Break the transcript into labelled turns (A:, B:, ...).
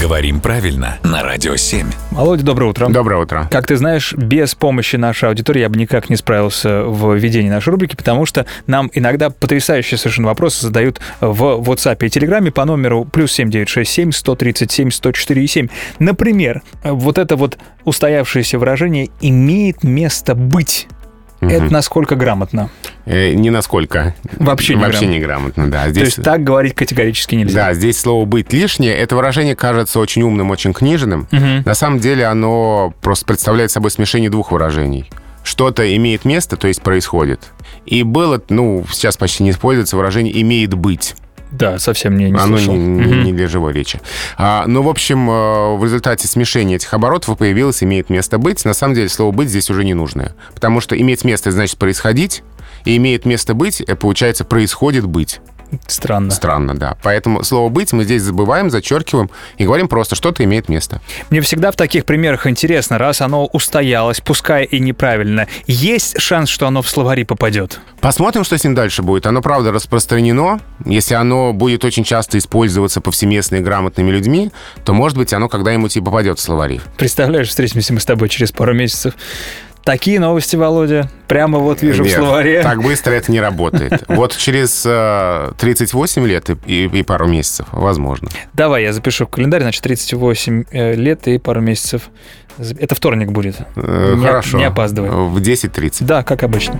A: Говорим правильно на Радио 7.
B: Володя, доброе утро.
C: Доброе утро.
B: Как ты знаешь, без помощи нашей аудитории я бы никак не справился в ведении нашей рубрики, потому что нам иногда потрясающие совершенно вопросы задают в WhatsApp и Телеграме по номеру плюс 7967 137 104 7. Например, вот это вот устоявшееся выражение «имеет место быть». Это насколько грамотно?
C: Э, Ни насколько.
B: Вообще не
C: Вообще неграмотно, да.
B: То
C: Здесь,
B: есть так говорить категорически нельзя.
C: да, здесь слово «быть лишнее» — это выражение кажется очень умным, очень книжным.
B: Мгм.
C: На самом деле оно просто представляет собой смешение двух выражений. Что-то имеет место, то есть происходит. И было, ну, сейчас почти не используется выражение «имеет быть».
B: Да, совсем не, не
C: Оно не,
B: слышал.
C: не- не для живой речи. Но ну, в общем, э, в результате смешения этих оборотов появилось «имеет место быть». На самом деле слово «быть» здесь уже не нужное. Потому что «иметь место» значит «происходить», и «имеет место быть» э, получается «происходит быть».
B: Странно.
C: Странно, да. Поэтому слово «быть» мы здесь забываем, зачеркиваем и говорим просто «что-то имеет место».
B: Мне всегда в таких примерах интересно, раз оно устоялось, пускай и неправильно, есть шанс, что оно в словари попадет?
C: Посмотрим, что с ним дальше будет. Оно, правда, распространено. Если оно будет очень часто использоваться повсеместно и грамотными людьми, то, может быть, оно когда-нибудь и попадет в словари.
B: Представляешь, встретимся мы с тобой через пару месяцев. Такие новости, Володя, прямо вот вижу
C: Нет,
B: в словаре.
C: Так быстро это не работает. Вот через э, 38 лет и, и- и пару месяцев, возможно.
B: Давай, я запишу в календарь, значит, 38 э, лет и пару месяцев. Это вторник будет.
C: Э,
B: Не-
C: Хорошо.
B: не опаздывай.
C: В 10.30.
B: Да, как обычно.